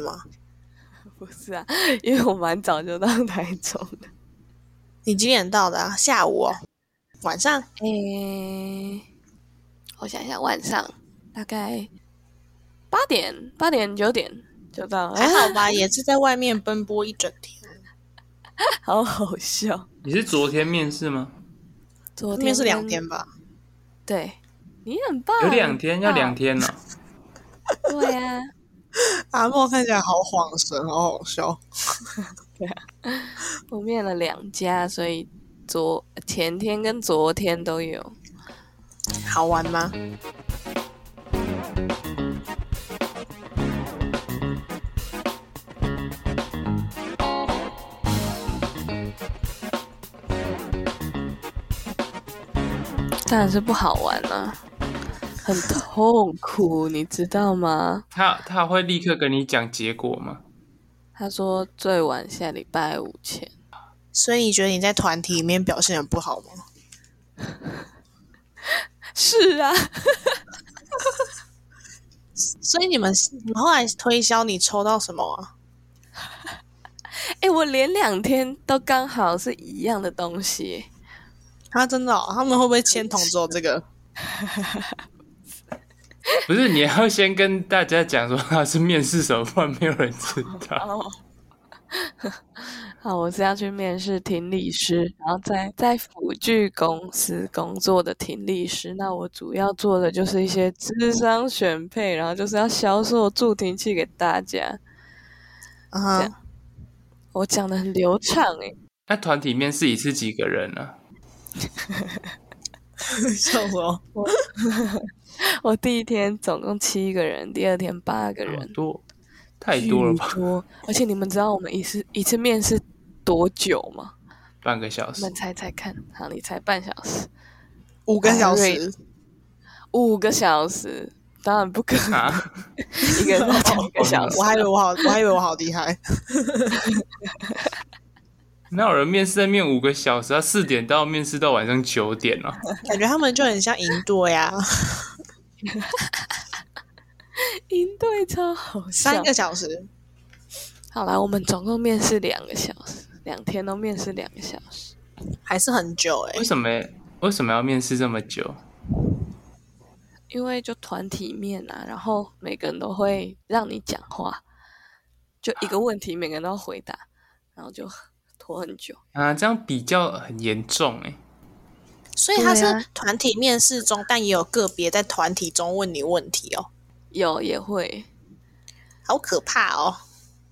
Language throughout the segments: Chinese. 吗？ 不是啊，因为我蛮早就到台中的。你几点到的啊？下午哦，晚上诶、我想一下，晚上大概八点、八点九点就到了，还好吧，也是在外面奔波一整天。哎好好笑。你是昨天面试吗？昨面天是两天跟，吧？对，你很棒，有两天，要两天呢、哦嗯棒，对啊，阿莫看起来好恍神，好好笑。我面了两家，所以昨前天跟昨天都有。好玩吗？当然是不好玩了、很痛苦，你知道吗？他他会立刻跟你讲结果吗？他说最晚下礼拜五前，所以你觉得你在团体里面表现的不好吗？是啊，所以你们你们后来推销你抽到什么啊？哎、我连两天都刚好是一样的东西，他、真的、哦，他们会不会签同只有这个？不是，你要先跟大家讲说他是面试手，不然没有人知道。哦， 好，我是要去面试听力师，然后在在辅具公司工作的听力师。那我主要做的就是一些智商选配，然后就是要销售助听器给大家。啊、样我讲的很流畅欸诶、那团体面试一次几个人啊 呢、笑我！我第一天总共七个人，第二天八个好人，多，哦太多了吧？巨多而且你们知道我们一次一次面试多久吗？半个小你时们，猜猜看，好，你猜半小时。五个小啊瑞时，五个小时，当然不可 能，啊，一个人要讲一个小时我。还以为我好，我还以为我好厉害。那有人面试在面五个小时，他四点到面试到晚上九点啊，感觉他们就很像啊银朵 呀，赢对超好笑。三个小时。好啦，我们总共面试两个小时，两天都面试两个小时。还是很久哎、为什么？为什么要面试这么久？因为就团体面啊，然后每个人都会让你讲话，就一个问题，每个人都要回答，然后就拖很久。啊，这样比较很严重哎、所以他对啊是团体面试中，但也有个别在团体中问你问题哦，有也会好可怕哦！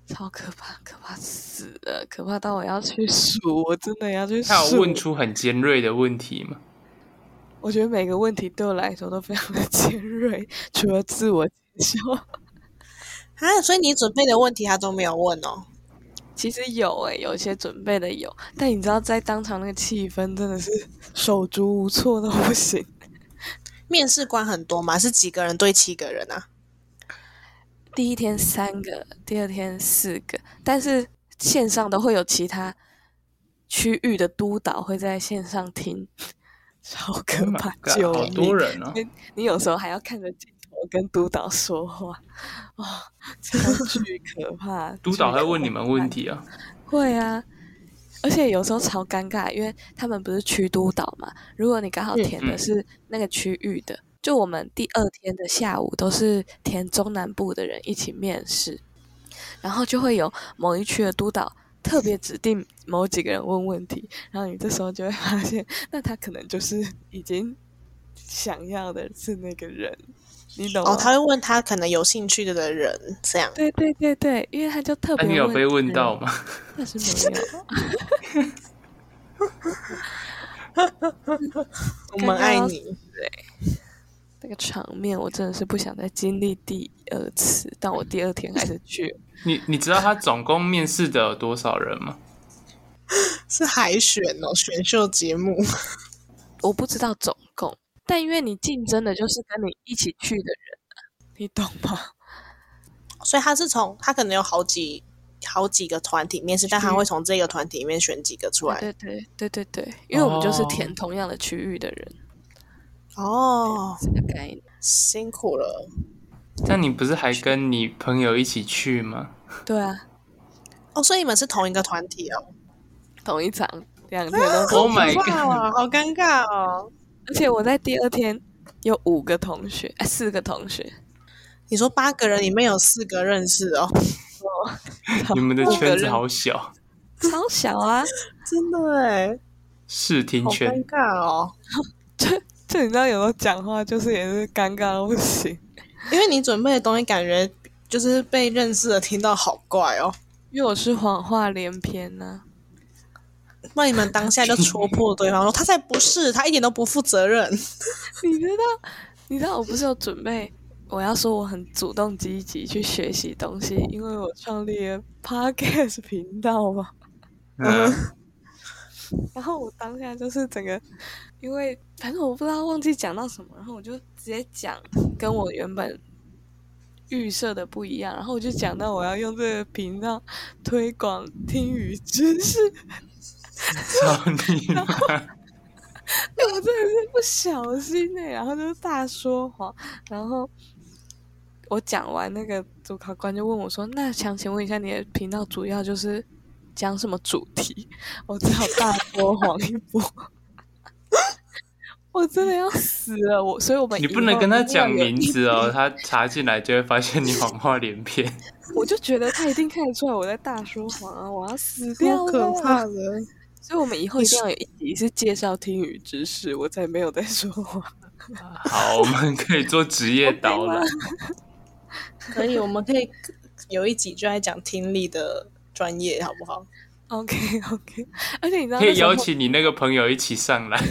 超可怕，可怕死了，可怕到我要去数，我真的要去数。他有问出很尖锐的问题吗？我觉得每个问题对我来说都非常的尖锐，除了自我介绍，啊，所以你准备的问题他都没有问哦。其实有诶、有一些准备的有，但你知道在当场那个气氛真的是手足无措到不行。面试官很多嘛，是几个人对七个人啊？第一天三个，第二天四个，但是线上都会有其他区域的督导会在线上听，超可 Oh my 怕， God，救好命多人哦、你你有时候还要看着镜头跟督导说话，哇、超巨可怕 ！督导巨会可问你们问题啊，怕，会啊，而且有时候超尴尬，因为他们不是区督导嘛，如果你刚好嗯填的嗯是那个区域的，就我们第二天的下午都是填中南部的人一起面试，然后就会有某一区的督导。特别指定某几个人问问题，然后你这时候就会发现，那他可能就是已经想要的是那个人，你懂吗？哦，他会问他可能有兴趣的人，这样啊对对对对，因为他就特那别你有被问到吗？吗？ 但是没有，我们爱你。那个场面我真的是不想再经历第二次，但我第二天还是去了。你你知道他总共面试的有多少人吗？是海选哦，选秀节目。我不知道总共，但因为你竞争的就是跟你一起去的人、啊，你懂吗？所以他是从他可能有好几好几个团体面试，但他会从这个团体里面选几个出来。对对对对对，因为我们就是哦填同样的区域的人，哦，这个概念。辛苦了。 但你不是还跟你朋友一起去吗？对啊，哦，所以你们是同一个团体哦。同一场两天都 Oh my 好可怕哦好尴尬哦！而且我在第二天有五个同学，哎四个同学，你说八个人里面有四个认识哦，你们的五个圈子人好小，超小啊！ 真的哎，视听好圈尴尬哦。就你知道，有时候讲话就是也是尴尬到不行，因为你准备的东西感觉就是被认识的听到好怪哦。因为我是谎话连篇啊呢、那你们当下就戳破对方说他才不是，他一点都不负责 任。你知道，你知道我不是有准备，我要说我很主动积极去学习东西，因为我创立了 podcast 频道嘛。嗯，然后我当下就是整个，因为反正我不知道忘记讲到什么，然后我就直接讲跟我原本预设的不一样，然后我就讲到我要用这个频道推广听语知识， 操你妈！ 我真的是不小心哎、然后就大说谎，然后我讲完那个主考官就问我说：“那想请问一下，你的频道主要就是讲什么主题？”我只好大说谎一波， 我真的要死了！我 所以我们你以不能后跟他一定要讲有名一字哦，他查进来就会发现你谎话连篇。 我就觉得他一定看得出来我在大说谎啊！我要死掉好了！可怕的！所以我们以后一定要有一集是介绍听语知识，我才没有在说谎。好，我们可以做职 业导览。可以，我们可以有一集就在讲听力的专业，好不好？ OK OK，而且你知道可那以时候邀请你那个朋友一起上来。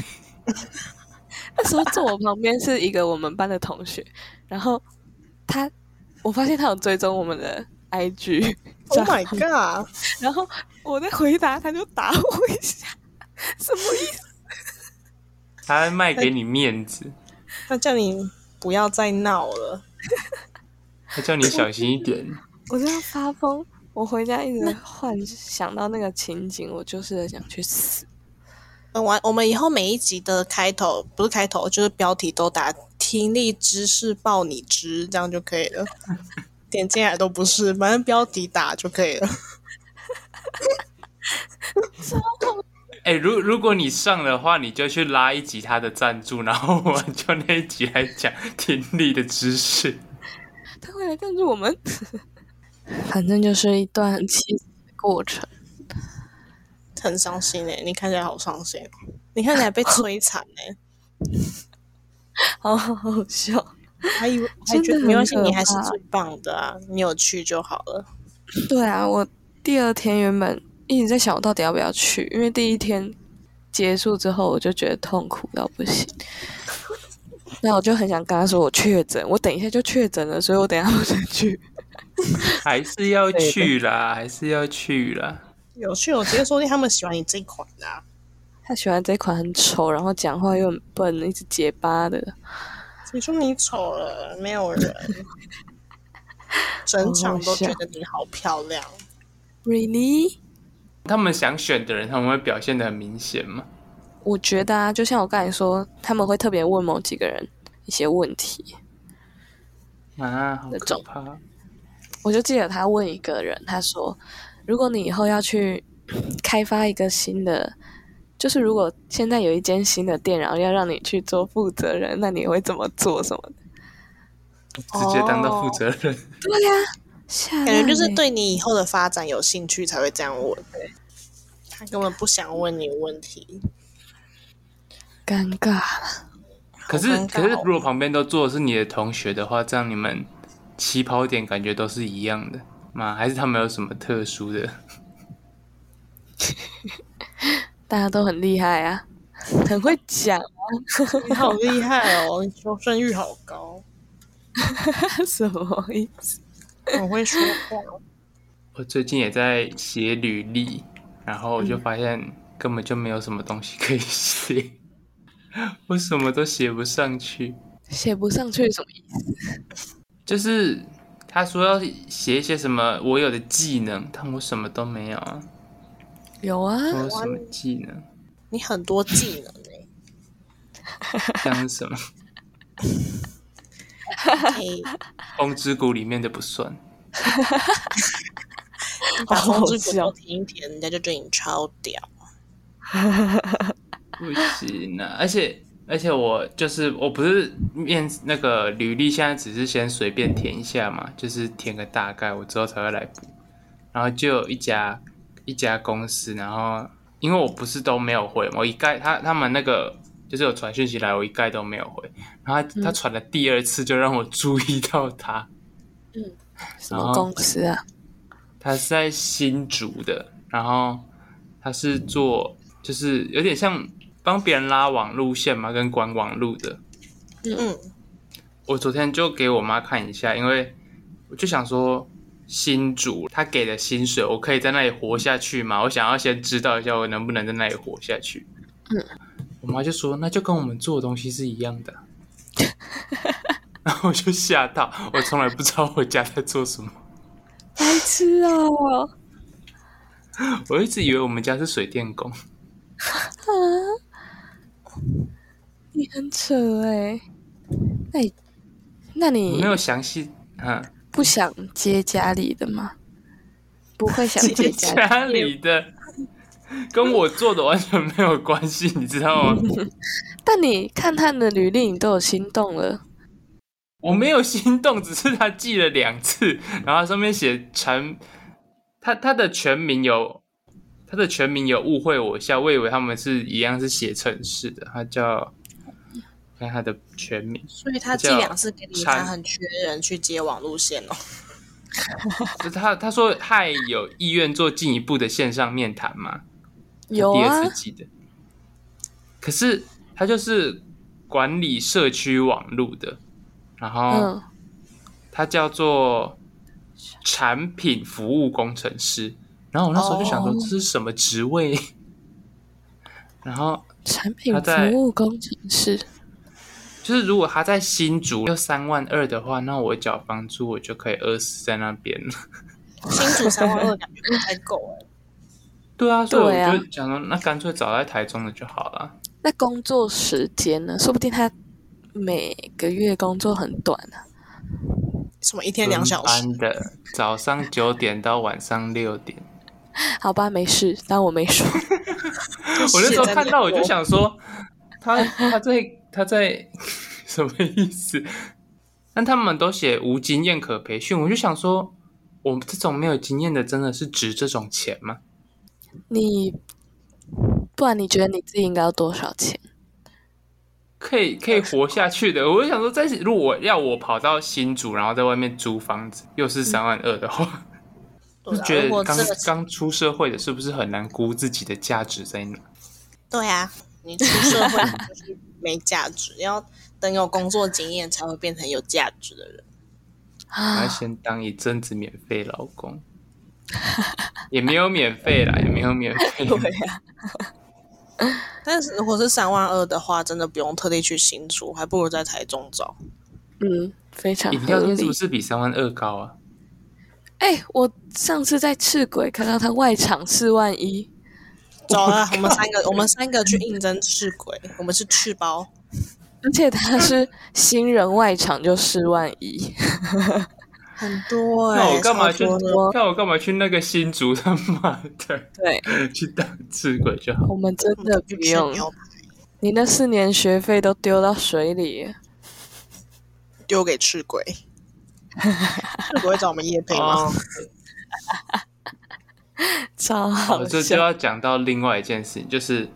那时候坐我旁边是一个我们班的同学，然后他，我发现他有追踪我们的 IG， Oh my god！然后我在回答，他就打我一下， 什么意思？他卖给你面子，那叫你不要再闹了。他叫你小心一点。我就要发疯。我回家一直幻想到那个情景，我就是想去死。嗯，完，我们以后每一集的开头不是开头，就是标题都打“听力知识爆你知”，这样就可以 了。点进来都不是，反正标题打就可以了。哎、如如果你上的话，你就去拉一集他的赞助，然后我们就那一集来讲听力的 知识。他会来赞助我们， 反正就是一段很凄惨的过程。很伤心哎、你看起来好伤心，哦你看起来被摧残哎、好好笑。还以为还真觉的得没很关系，可你还是怕最棒的啊！你有去就好了。对啊，我第二天原本一直在想我到底要不要去，因为第一天结束之后我就觉得痛苦到不行。那我就很想跟他说我确诊，我等一下就确诊了，所以我等一下不能去。还是要去啦，还是要去啦。有 去，我直接说不定他们喜欢你这一款的、啊，他喜欢这款很丑，然后讲话又很笨，一直结巴的。你说你丑了，没有人， 整场都觉得你好漂亮。 Really？他们想选的人，他们会表现的很明显嘛？我觉得啊，就像我刚才说，他们会特别问某几个人一些问题。啊，好那可种怕！我就记得他问一个人，他说：“如果你以后要去开发一个新的，就是如果现在有一间新的店，然后要让你去做负责人，那你会怎么做什么的直接当到负责人。？”对呀、吓烂欸感觉就是对你以后的发展有兴趣才会这样问。他根本不想问你问题，尴尬了。 可好是，尴尬可是哦如果旁边都坐的是你的同学的话，这样你们起跑点感觉都是一样的吗？还是他们有什么特殊的？大家都很厉害啊， 很会讲啊你好厉害哦，你求生欲好高，什么意思？很会说话。我最近也在写履历，然后我就发现根本就没有什么东西可以写，我什么都写不上去。写不上去什么意思？就是他说要写一些什么我有的技能，但我什么都没有啊，有啊，我有什么技能？ 你很多技能欸 诶、像是什么？可以风之谷里面的不算。把好风好之谷笑都停一停，人家就对你超屌。不行啊！而且而且我就是我不是面那个履历，现在只是先随便填一下嘛，就是填个大概，我之后才会来补。然后就有一家一家公司，然后因为我不是都没有回嘛，我一概他他们那个就是有传讯息来，我一概都没有回。然后他他传了第二次，就让我注意到他，什然后么公司啊？ 他是在新竹的，然后他是做就是有点像帮别人拉网路线嘛，跟管网路的。嗯，我昨天就给我妈看一下，因为我就想说新主他给的薪水，我可以在那里活下去吗？我想要先知道一下我能不能在那里活下去。嗯，我妈就说那就跟我们做的东西是一样的。然后我就吓到，我从来不知道我家在做什么，白痴哦！我一直以为我们家是水电工。啊，你很扯哎、那你那我你没有详细，嗯，不想接家里的吗？不会想接家里？家里的跟我做的完全没有关系，你知道吗？但你看他的履历，你都有心动了。我没有心动，只是他寄了两次，然后上面写陈，他他的全名有他的全名有误会我一下，我以为他们是一样是写城市的，他叫看他的全名，所以他寄叫两次给你，他产很缺人去接网路线哦。就是他他说还有意愿做进一步的线上面谈嘛，有第啊二，次寄的，可是他就是管理社区网络的，然后嗯，他叫做产品服务工程师，然后我那时候就想说哦这是什么职位， 然后产品他服在务工程师。就是如果他在新竹要三万二的话，那我缴房租我就可以饿死在那边 了。 新竹三万二感觉不太够哎，对啊，所以对啊我就想说，那干脆找在台中的就好了。那工作时间呢？说不定他每个月工作很短啊。什么一天两小时，轮班的，早上九点到晚上六点。好吧，没事，当我没 说。我那时候是看到我就，想说，他他在他在 什么意思？但他们都写无经验可培训，我就想说，我们这种没有经验的，真的是值这种钱吗？你，不然你觉得你自己应该要多少钱？可以可以活下去的，我就想说在，如果要我跑到新竹，然后在外面租房子，又是三万二的话，对就啊觉如得果刚这个刚出社会的，是不是很难估自己的价值在 哪？对啊，你出社会就是没价值，要等有工作经验才会变成有价值的人。我要啊，先当一阵子免费劳工，也没有免费啦，也没有免费。啊，但是如果是三万二的话，真的不用特地去新竹，还不如在台中找。嗯，非常饮料合店是理不。是比三万二高啊？哎、我上次在赤鬼看到他外场四万一，走了，我们三个，我们三个去应征赤鬼，我们是赤包，而且嗯他是新人外场就四万一，很多哎、那我干嘛去超多的？那我干嘛去那个新竹他妈的 对去当赤鬼就好？我们真嗯的不去吃用，牛你那四年学费都丢到水里了。丢给赤鬼，赤鬼会找我们叶配吗？ 哦，超好好哦这就笑。要讲到另外一件事情，就是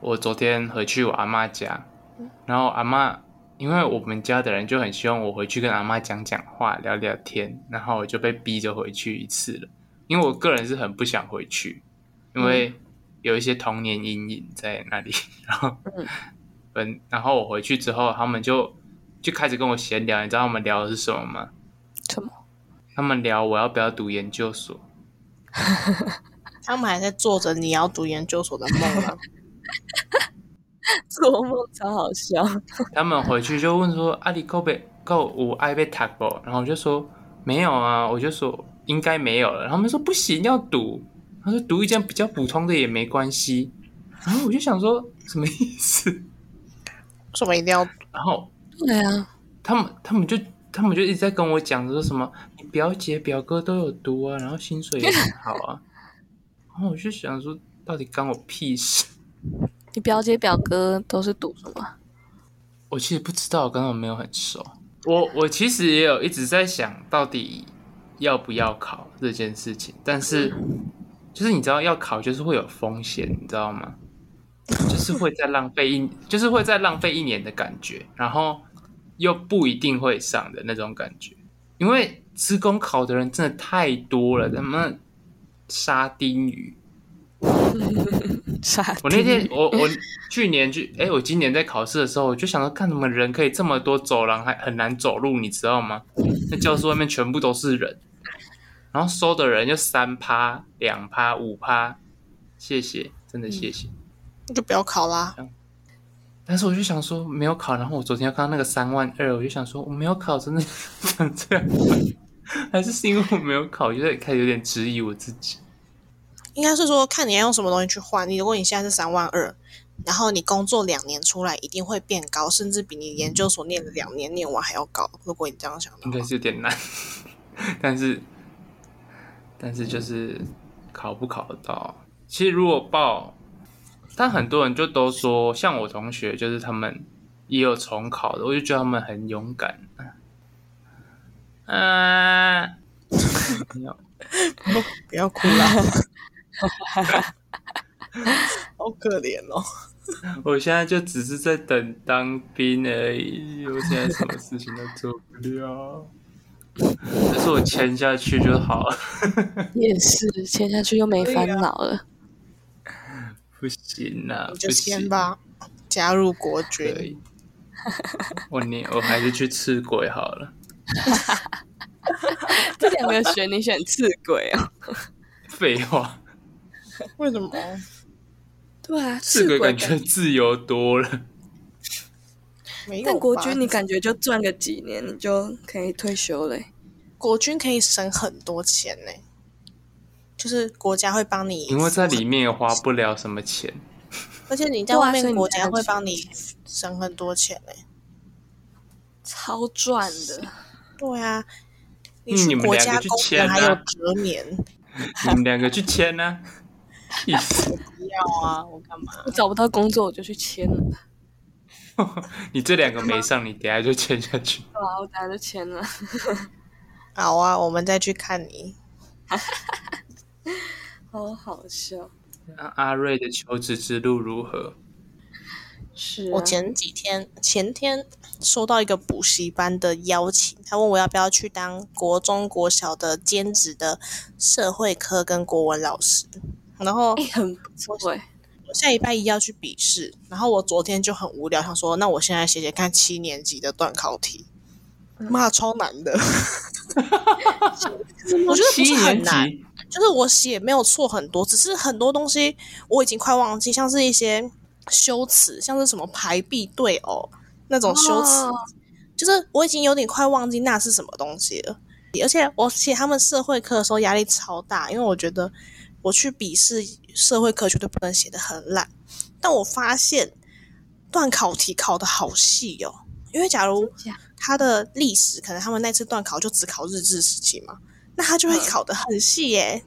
我昨天回去我阿妈家，然后阿妈。因为我们家的人就很希望我回去跟阿妈讲讲话、聊聊天，然后我就被逼着回去一次了。因为我个人是很不想回去，因为嗯有一些童年阴影在那里。然后， 嗯，然后我回去之后，他们就就开始跟我闲聊。你知道他们聊的是什么吗？什么？他们聊我要不要读研究所。他们还在做着你要读研究所的梦啊呢。做梦超好笑。他们回去就问说：“啊，你够被够有爱被读不？”然后我就说：“没有啊。”我就说：“应该没有了。”然后他们说：“不行，要读。”他说：“读一间比较普通的也没关系。”然后我就想说：“什么意思 为什么一定要？？”然后对啊，他们他们就他们就一直在跟我讲说什么：“你表姐表哥都有读啊，然后薪水也很好啊。然后我就想说，到底干我屁事？你表姐表哥都是读什么？我其实不知道，我跟他们没有很熟。我我其实也有一直在想到底要不要考这件事情，但是就是你知道要考就是会有风险，你知道吗？就是会再浪费一，就是会再浪费一年的感觉，然后又不一定会上的那种感觉，因为职工考的人真的太多了，他们沙丁鱼。 傻我那天我我去年去，哎、我今年在考试的时候，我就想到，看怎么人可以这么多，走廊还很难走路，你知道吗？那教室外面全部都是人，然后收的人就三趴、两趴、五趴，谢谢，真的谢谢。那就不要考啦。但是我就想说没有考，然后我昨天看到那个三万二，我就想说我没有考，真的 想这样 吗，还是是因为我没有考，我就在开始有点质疑我自己。应该是说看你要用什么东西去换。你如果你现在是三万二，然后你工作两年出来，一定会变高，甚至比你研究所念的两年念完还要高。如果你这样想的应该话，是有点难，但是但是就是考不考得到？其实如果报，但很多人就都说，像我同学就是他们也有重考的，我就觉得他们很勇敢。啊， 没有不要哭 啦，好可怜哦。我现在就只是在等当兵而已，我现在什么事情都做不了， 但是我签下去就好了。也是，签下去又没烦恼 了。不行啊，你不就签行。吧，加入国可军。以。 我你我还是去赤鬼好了，这两个选你选刺鬼哦？废话，为什么？ 对啊，赤鬼感感觉自由多了。没有吧但国军你感觉就赚个几年，你就可以退休欸嘞、国军可以省很多钱呢、就是国家会帮你，因为在里面也花不了什么钱，而且你在对啊外所以面，你国才家能会省帮你省很多钱呢、超赚的。对啊，嗯去你们国两个家去公签园还有啊折免，你们两个去签呢、啊。气死不要啊，我干嘛？我找不到工作，我就去签了。 你这两个没上，你等下就签下去。对啊，我等下就签了。好啊，我们再去看你。好好笑。那阿瑞的求职之路如何？是、啊，我前几天前天收到一个补习班的邀请，他问我要不要去当国中国小的兼职的社会科跟国文老师，然后哎、很不错哎、我下礼拜一要去笔试，然后我昨天就很无聊，想说那我现在写写看七年级的段考题，妈超难 的，我觉得不七是很年难，级就是我写没有错很多，只是很多东西我已经快忘记，像是一些修辞，像是什么排比对偶那种修辞，哦就是我已经有点快忘记那是什么东西了。而且我写他们社会课的时候压力超大，因为我觉得我去笔试社会课绝对不能写的很烂，但我发现段考题考的好细哦，因为假如假他的历史，可能他们那次段考就只考日治时期嘛，那他就会考的很细耶、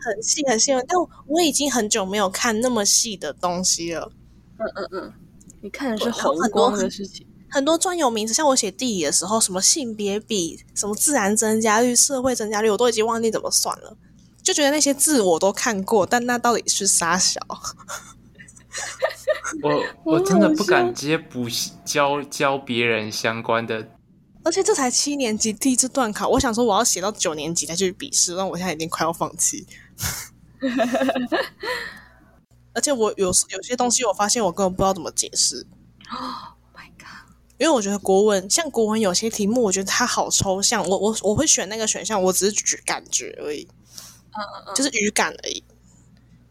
很细很细。但我已经很久没有看那么细的东西了，你看的是然后红很多光的事情，很多专有名词，像我写地理的时候，什么性别比、什么自然增加率、社会增加率，我都已经忘记怎么算了，就觉得那些字我都看过，但那到底是啥小？我我真的不敢接补习教教别人相关的而且这才七年级第一次段考，我想说我要写到九年级再去笔试，但我现在已经快要放 弃。而且我有时有些东西，我发现我根本不知道怎么解释， Oh my god！因为我觉得国文像国文有些题目，我觉得它好抽象。我我我会选那个选项，我只是举感觉而已，嗯就是语感而已。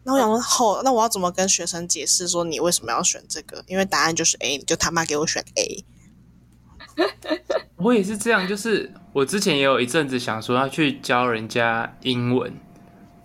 那我想说，好、那我要怎么跟学生解释说你为什么要选这个？因为答案就是 A，你就他妈给我选 A。我也是这样，就是我之前也有一阵子想说要去教人家英文，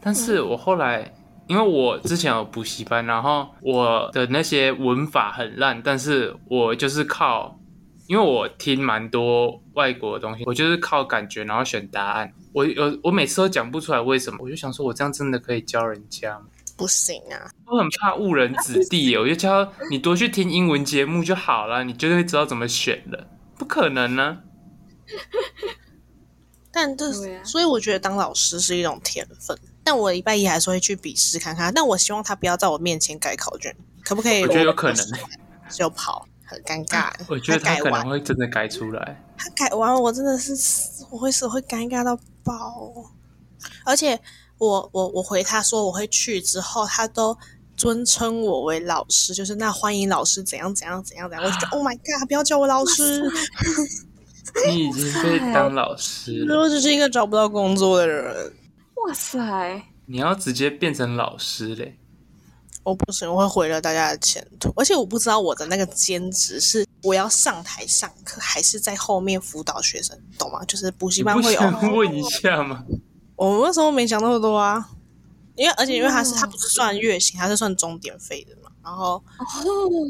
但是我后来因为我之前有补习班，然后我的那些文法很烂，但是我就是靠因为我听蛮多外国的东西，我就是靠感觉然后选答案。我有我每次都讲不出来为什么，我就想说我这样真的可以教人家吗？不行啊，我很怕误人子弟哦耶，我就教你多去听英文节目就好了，你就会知道怎么选了。不可能呢、但这、对啊所以我觉得当老师是一种天分。但我礼拜一还是会去笔试看看，但我希望他不要在我面前改考卷，可不可以？我觉得有可能，就跑，很尴尬。 我觉得他改可完能会真的改出来。他改完我真的是我会是会尴尬到爆哦，而且我我我回他说我会去之后，他都尊称我为老师，就是那欢迎老师怎样怎样怎样怎样，我就 觉得 Oh my god，不要叫我老师，你已经被哎当老师了，我只是一个找不到工作的人，哇塞，你要直接变成老师嘞。我哦不行，我会毁了大家的前途，而且我不知道我的那个兼职是我要上台上课，还是在后面辅导学生，懂吗？就是补习你班不会哦有想问一下吗？我为什么没想那么多啊？因为而且因为他是哦他不是算月薪，他是算钟点费的嘛。然后哦，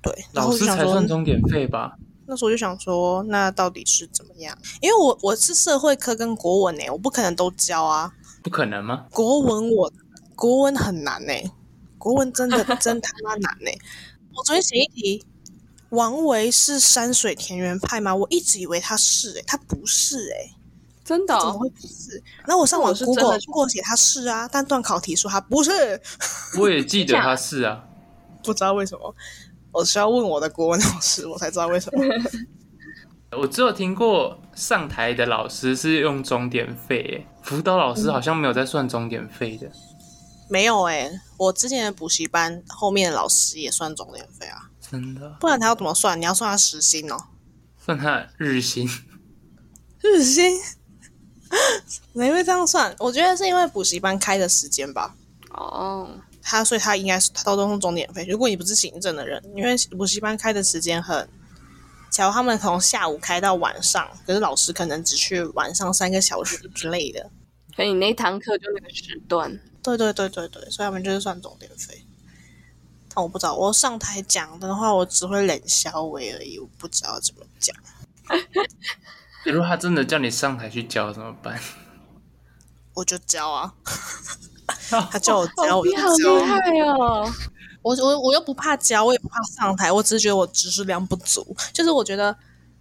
对，然后我老师就想才算说，钟点费吧？那时候我就想说，那到底是怎么样？因为我我是社会科跟国文诶、欸我不可能都教啊。不可能吗？国文我国文很难诶、国文真 的真他妈难诶、我昨天写一题，王维是山水田园派吗？我一直以为他是欸诶、他不是诶、真的、怎么哦，会不是？然后我上那我网是真的 Google 去 Google 写他是啊，但断考题说他不是。 我也记得他是啊，不知道为什么，我需要问我的国文老师，我才知道为 什么。我只有听过上台的老师是用钟点费耶，辅导老师好像没有在算钟点费的。没有哎、我之前的补习班后面的老师也算钟点费啊，真的，不然他要怎么算？你要算他时薪哦，算他的日薪， 日 薪。你会这样算？我觉得是因为补习班开的时间吧，哦，他所以他应该是他都用钟点费。如果你不是行政的人，因为补习班开的时间很，假如他们从下午开到晚上，可是老师可能只去晚上三个小时之类的。可你那一堂课就那个时段，对对对对对，所以他们就是算总点费。但我不知道，我上台讲的话，我只会冷笑微而已，我不知道怎么讲。如果他真的叫你上台去教怎么办？我就 教啊，他叫我教，好我就厉害，好厉教。害哦！我我我又不怕教，我也不怕上台，我只是觉得我知识量不足。就是我觉得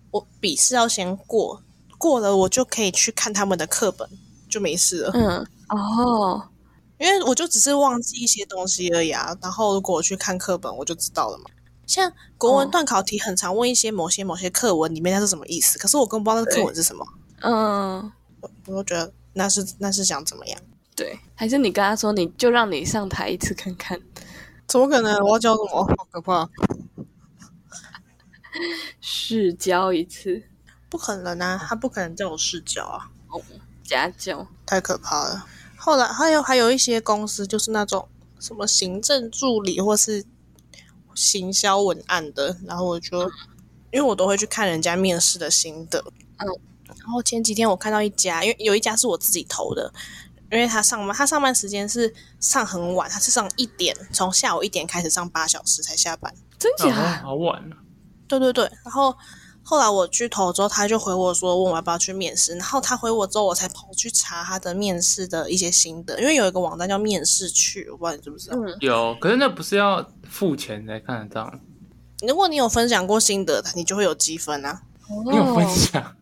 我笔试要先过，过了我就可以去看他们的课本，就没事了。嗯，哦，因为我就只是忘记一些东西而已啊。然后如果我去看课本，我就知道了嘛。像国文哦段考题，很常问一些某些某些课文里面它是什么意思，可是我根本不知道那个课文是什么，嗯，我都觉得那是那是想怎么样？对，还是你跟他说，你就让你上台一次看看，怎么可能？我要教什么？好可怕！试教一次，不可能啊，他不可能叫我试教啊，家教。太可怕了。后来还有还有一些公司就是那种什么行政助理或是行销文案的，然后我就因为我都会去看人家面试的心得，嗯，然后前几天我看到一家，因为有一家是我自己投的，因为他上班他上班时间是上很晚，他是上一点，从下午一点开始上八小时才下班。真哦假？好晚啊！对对对，然后后来我去投之后，他就回我说问我要不要去面试，然后他回我之后，我才跑去查他的面试的一些心得，因为有一个网站叫面试去，我不知道你知不知道。嗯，有，可是那不是要付钱才看得到？如果你有分享过心得，你就会有积分啊。你有分哦，享？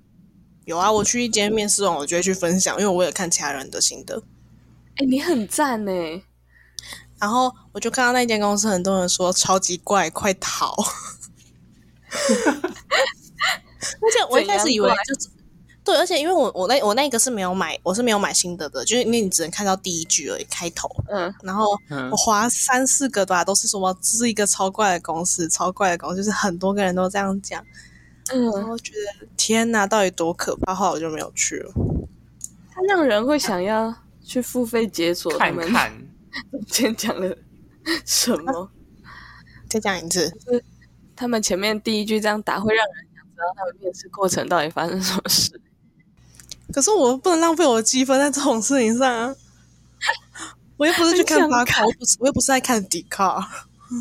有啊，我去一间面试网，我就会去分享，因为我也看其他人的心得。哎，你很赞呢，然后我就看到那间公司很多人说超级怪，快逃！ 而且我一开始以为怎样就是对，而且因为我我那我那个是没有买，我是没有买新的的，就是因为你只能看到第一句而已，开头。嗯，然后嗯我划三四个吧，都是什么，这是一个超怪的公司，超怪的公司，就是很多个人都这样讲，然嗯，后觉得天哪，到底多可怕？后来我就没有去了。它让人会想要去付费解锁他看们看， 今天讲了什么。再讲一次，他们前面第一句这样打，会让人想知道他们面试过程到底发生什么事。可是我不能浪费我的积分在这种事情上啊！我又不是去看八很想卦，我又不是我又不是在看迪卡，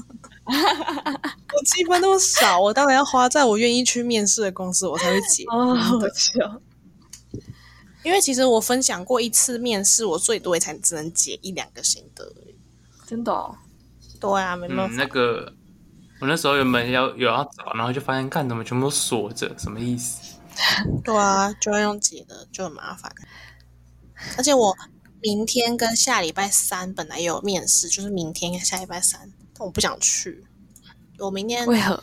我积分那么少，我当然要花在我愿意去面试的公司，我才会结。 哦，好笑。因为其实我分享过一次面试，我最多也才只能结一两个心得而已。真的、哦，对啊，没办嗯，法。那个我那时候原本要有要找，然后就发现干怎么全部都锁着，什么意思？对啊，就要用解的，就很麻烦。而且我明天跟下礼拜三本来也有面试，就是明天跟下礼拜三，但我不想去。我明天为何？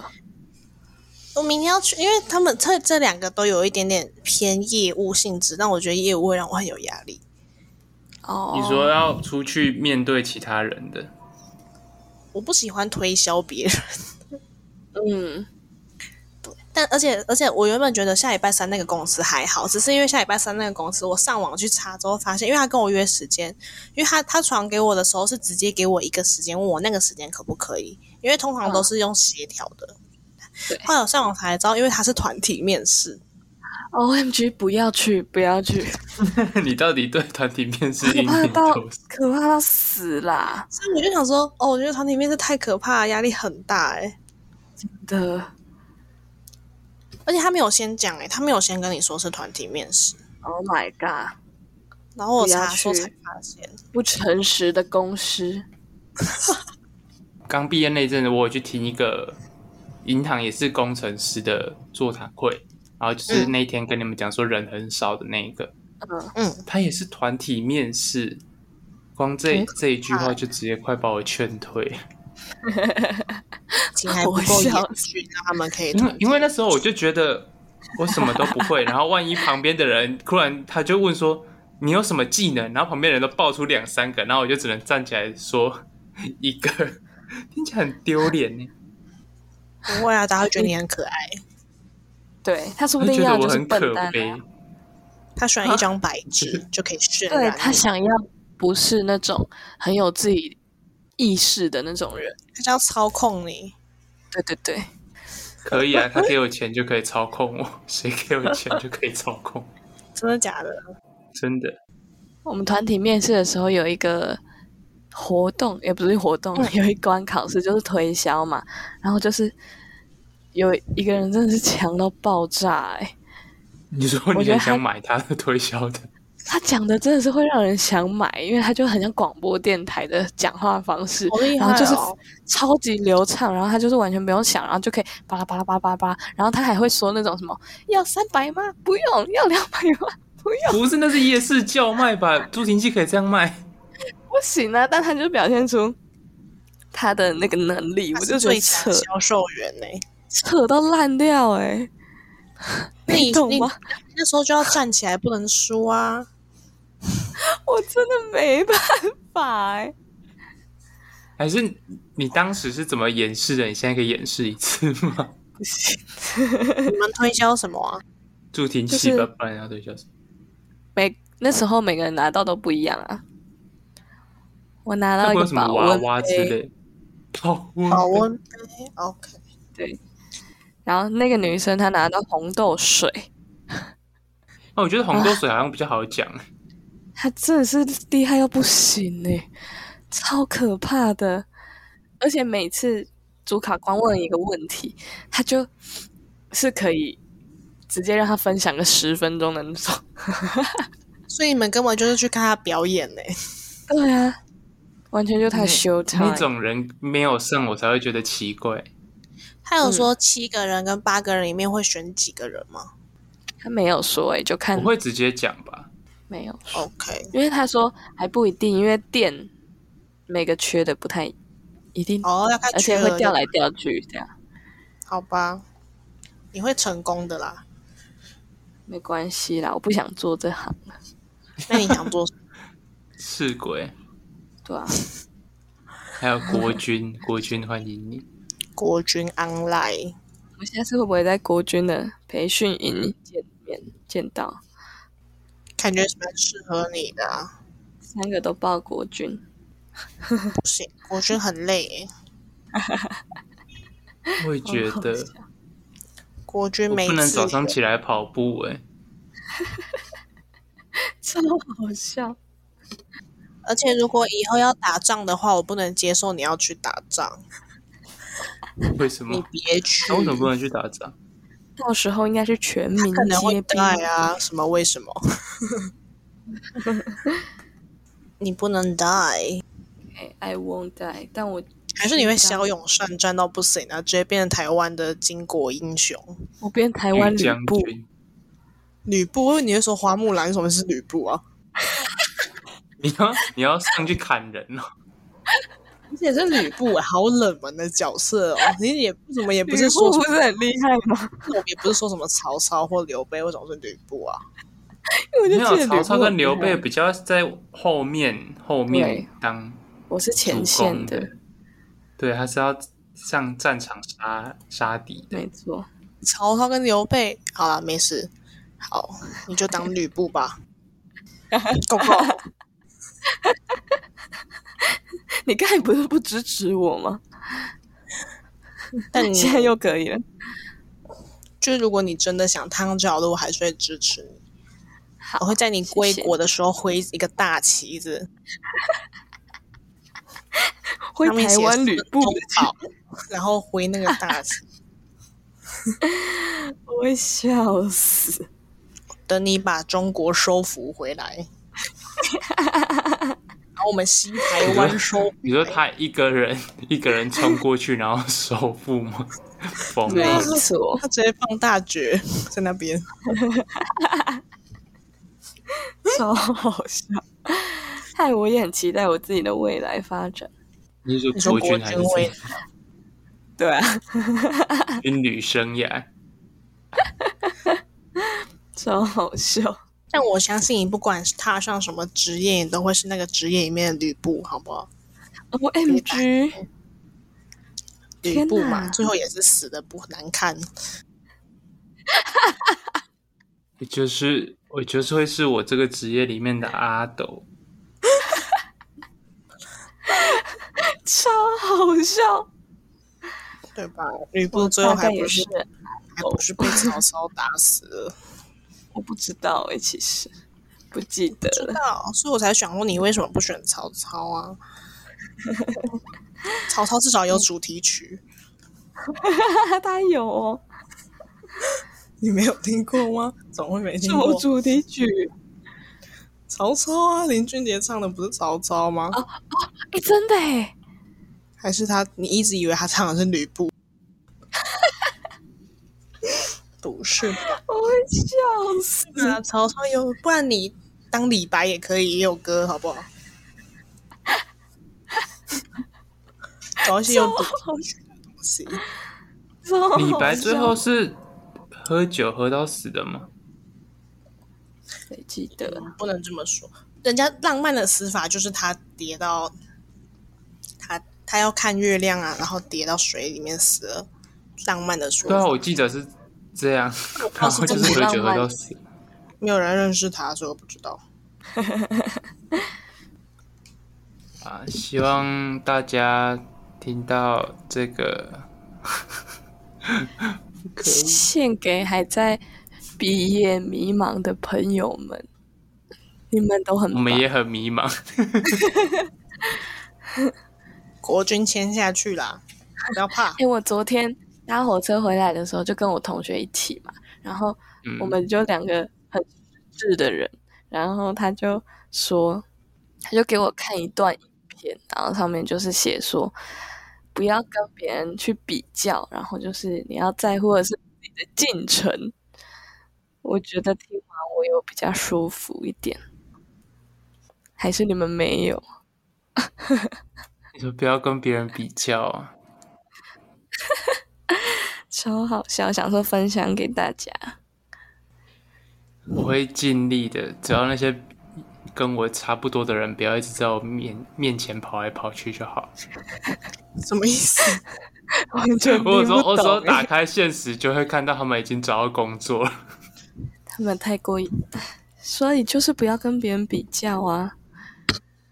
我明天要去，因为他们这这两个都有一点点偏业务性质，但我觉得业务会让我很有压力。哦，你说要出去面对其他人的， 我不喜欢推销别人，嗯，但而且而且我原本觉得下礼拜三那个公司还好，只是因为下礼拜三那个公司，我上网去查之后发现，因为他跟我约时间，因为他他传给我的时候是直接给我一个时间，问我那个时间可不可以，因为通常都是用协调的。嗯对后来我上网才知道，因为他是团体面试， O 哦 M G，不要去，不要去，你到底对团体面试可阴怕影到多深？可怕到死啦！所以我就想说，哦，我觉得团体面试太可怕，压力很大哎、的而且他没有先讲哎、他没有先跟你说是团体面试， ，Oh my god，然后我不要查的时候去才发现，不诚实的公司，刚毕业那阵子，我有去听一个银行也是工程师的座谈会，然后就是那一天跟你们讲说人很少的那一个，嗯，嗯，他也是团体面试，光这嗯这一句话就直接快把我劝退。请还不 够我严笑峻，让他们可以因为团体因为那时候我就觉得我什么都不会，然后万一旁边的人突然他就问说你有什么技能，然后旁边人都爆出两三个，然后我就只能站起来说一个，听起来很丢脸呢。不会啊，大家会觉得你很可爱。对他说他不觉定得要我就是很笨可蛋啊、悲，他喜欢一张白 纸就可以渲染对你。他想要不是那种很有自己意识的那种人，他想要操控你，对对对，可以啊，他给我钱就可以操控我，谁给我钱就可以操控，真的假的？真的。我们团体面试的时候有一个活动，也不是活动，嗯有一关考试就是推销嘛，然后就是有一个人真的是强到爆炸、欸，你说我你觉得很他想买他的推销的， 他讲的真的是会让人想买，因为他就很像广播电台的讲话方式，好厉害然后就是哦超级流畅，然后他就是完全不用想，然后就可以巴拉巴拉巴拉巴拉巴拉，然后他还会说那种什么要三百吗？不用，要两百吗？不用，不是那是夜市叫卖吧？助听器可以这样卖，不行啊！但他就表现出他的那个能力，他我是就觉得最扯强销售员欸 呢、扯到烂掉哎、欸， 那你你懂你吗？那时候就要站起来，不能 输啊！我真的没办法哎、还是你当时是怎么演示的？你现在可以演示一次吗？不行，你们推销什么啊？助听器吧，不然要对叫什么？每那时候每个人拿到都不一样啊。我拿会到一不个会有什么呃保娃温娃之杯，类？泡温保温杯，OK。对，然后那个女生她拿到红豆水，那我觉得红豆水好像比较好讲，啊她真的是厉害到不行呢、欸超可怕的。而且每次主考官问一个问题，她就是可以直接让她分享个十分钟的那种。 所以你们根本就是去看他表演欸呢、对啊，完全就她那的 show time 那种人没有上我才会觉得奇怪。他有说七个人跟八个人里面会选几个人吗他没有说哎、就看我会直接讲吧，没有， ？OK， 因为他说还不一定，因为店每个缺的不太一定，哦，要开而缺且了会掉来掉去这样，好吧？你会成功的啦。没关系啦，我不想做这行了，那你想做什么？是鬼，对啊，还有 国军，国军欢迎你。国军 online 我下次会不会在国军的培训营见面见到？感觉蛮适合你的啊。三个都报国军，不行，国军很累欸耶，我也觉好得好笑 国军我没不能自早上由起来跑步哎、超好笑，而且如果以后要打仗的话，我不能接受你要去打仗。为什么你？别去那，为什么不能去打仗？到时候应该是全民可能会皆兵。 die 啊，什么为什么？ 你不能 die，哎 I won't die，但我还是你会骁勇善战到不行啊，直接变成台湾的巾帼英雄。我变台湾女吕哎将布，军，吕布，我以为你会说花木兰，什么是吕布啊？你要你要上去砍人哦。而且这吕布、好冷门的角色哦，你也怎么也不吕是说布什不么，是很厉害吗？也不是说什么曹操或刘备，为什么是吕布啊？我没就记有得吕曹操布跟很刘厉备害，比较在后面后面对当我是前主线攻的，对，他是要上战场杀杀敌的。没错。曹操跟刘备，好了，没事，好，你就当吕 布吧。够不够？你刚才不是不支持我吗？但你现在又可以了。就是如果你真的想趟这条路，我还是会支持你。我会在你归谢谢国的时候挥一个大旗子，回上面台写湾吕布，孙中宝，然后挥那个 大旗。我会笑死。等你把中国收服回来，然后我们西台湾收，你说他一个人一个人冲过去，然后收复吗？疯对了啊！没错，他直接放大绝在那边。 超好笑。害我也很期待我自己的未来发展。你是你说说国国军还军是会什对啊，么军旅生涯？超好笑。但我相信你，不管是踏上什么职业，你都会是那个职业里面的吕布，好不好？ O M G，吕布天哪嘛，最后也是死的不难看。我就是我就是会是我这个职业里面的阿斗，超好笑。对吧？吕布最后大概还也不是是，还不是被曹操打死了？我不知道哎、其实不记得知了。道，所以我才想问你为什么不选曹操 啊？曹操至少有主题曲， 他有哦，你没有听过吗？怎么会没什听么过？主题曲？曹操啊，林俊杰唱的不是曹操吗？哎、真的哎、还是他？你一直以为他唱的是吕 布？不是吧？我会笑死。是啊，曹操有，不然你当李白也可以，也有歌，好不好？ 找一些有主题曲的东西。超好笑李白最后是喝酒喝到死的吗？谁记得？不能这么说，人家浪漫的死法就是他跌到他他要看月亮啊，然后跌到水里面死了。浪漫的说对啊，法，我记得是这样，然后 就是喝酒喝到死。没有人认识他，所以我不知道。啊，希望大家听到这个，可以献给还在毕业迷茫的朋友们，你们都很我棒。们也很迷茫。国军签下去啦，不要怕 哎、。我昨天搭火车回来的时候，就跟我同学一起嘛，然后嗯我们就两个很智的人，然后他就说，他就给我看一段影片，然后上面就是写说，不要跟别人去比较，然后就是你要在乎的是自己的进程。我觉得听完我有比较舒服一点，还是你们没有？你说不要跟别人比较啊，超好笑，想说分享给大家。 我会尽力的，只要那些跟我差不多的人不要一直在我面面前跑来跑去就好。什么意思？完全听我有时候不我有时懂候欸打开现实就会看到他们已经找到工 作了。他们太过于， 所以就是不要跟别人比较啊。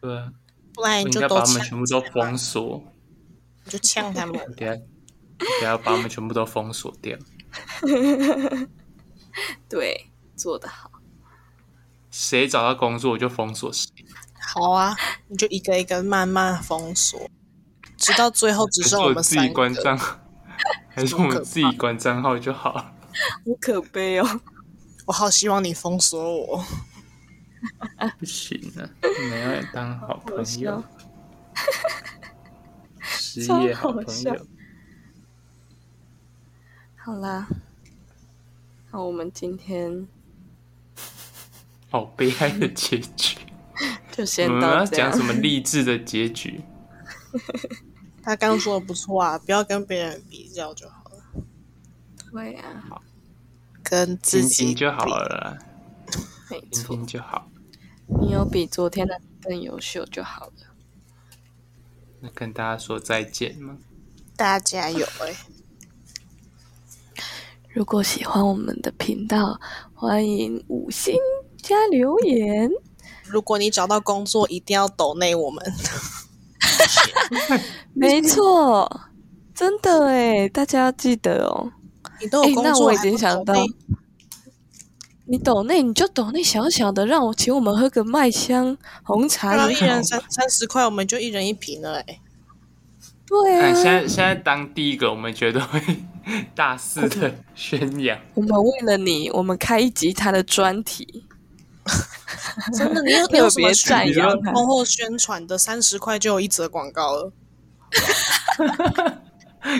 对啊，不然我你应就该都把他们呛，啊全部都封锁，你就呛他们。等一下等一下把他们全部都封锁掉。对，做得好。谁找到工作我就封锁谁。好啊，你就一个一个慢慢封锁，直到最后只可是剩我我们自三己个。关上， 还是我们自己关账号就好了。好可悲哦！我好希望你封锁我。不行啊，你们要当好朋友好，失业好超好朋笑友。好啦，好，我们今天好悲哀的结局。就我先们嗯到要这样嗯讲。什么励志的结局？他刚说的不错啊，不要跟别人比较就好了，对啊，跟听自己听就好比。了啦，没听错，听就好。你有比昨天的更优秀就好了。那跟大家说再见吗？大家有哎、如果喜欢我们的频道，欢迎五星加留言。如果你找到工作，一定要抖内我们。没错，真的哎，大家要记得哦。你都哎有，工那作，我已还经不想到抖内，你抖内你就抖内小小的，让我请我们喝个麦香红茶对啊，也一好人三三十块，我们就一人一瓶了哎、 对哎，现啊，在现在当第一个，我们绝对会 大肆嗯的 宣扬。我们为了你，我们开一集他的专题。真的，你有你有什特别么啊宣赞扬他通货宣传的三十块就有一则广告了，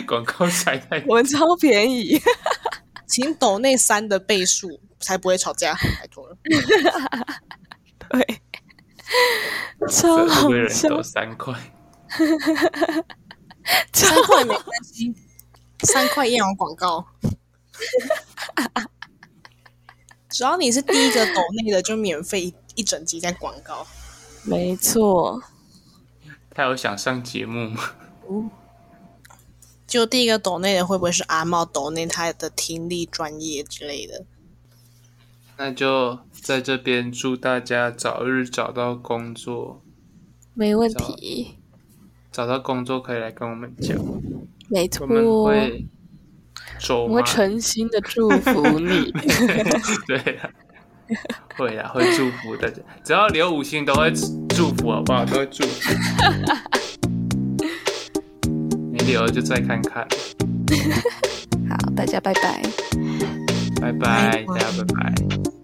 广告甩太 我们超便宜， 请抖内三的倍数才不会吵架，拜托了。对，超多，好个人笑，都三块。 超三块没关系，三块也有 广告。只要你是第一个抖内的，就免费一一整集在广告。没错，他有想上节目吗？ 就第一个抖内的会不会是阿茂抖内他的听力专业之类的？那就在这边祝大家早日找到工作，没问题，找到工作可以来跟我们讲，没错，我们我会咒骂会。诚心的祝福 你。对啦，会啦，会祝福大家，只要留五星都会祝福，好不好？都会祝福。没留就再看看，好，大家拜拜。拜拜拜拜，大家拜拜。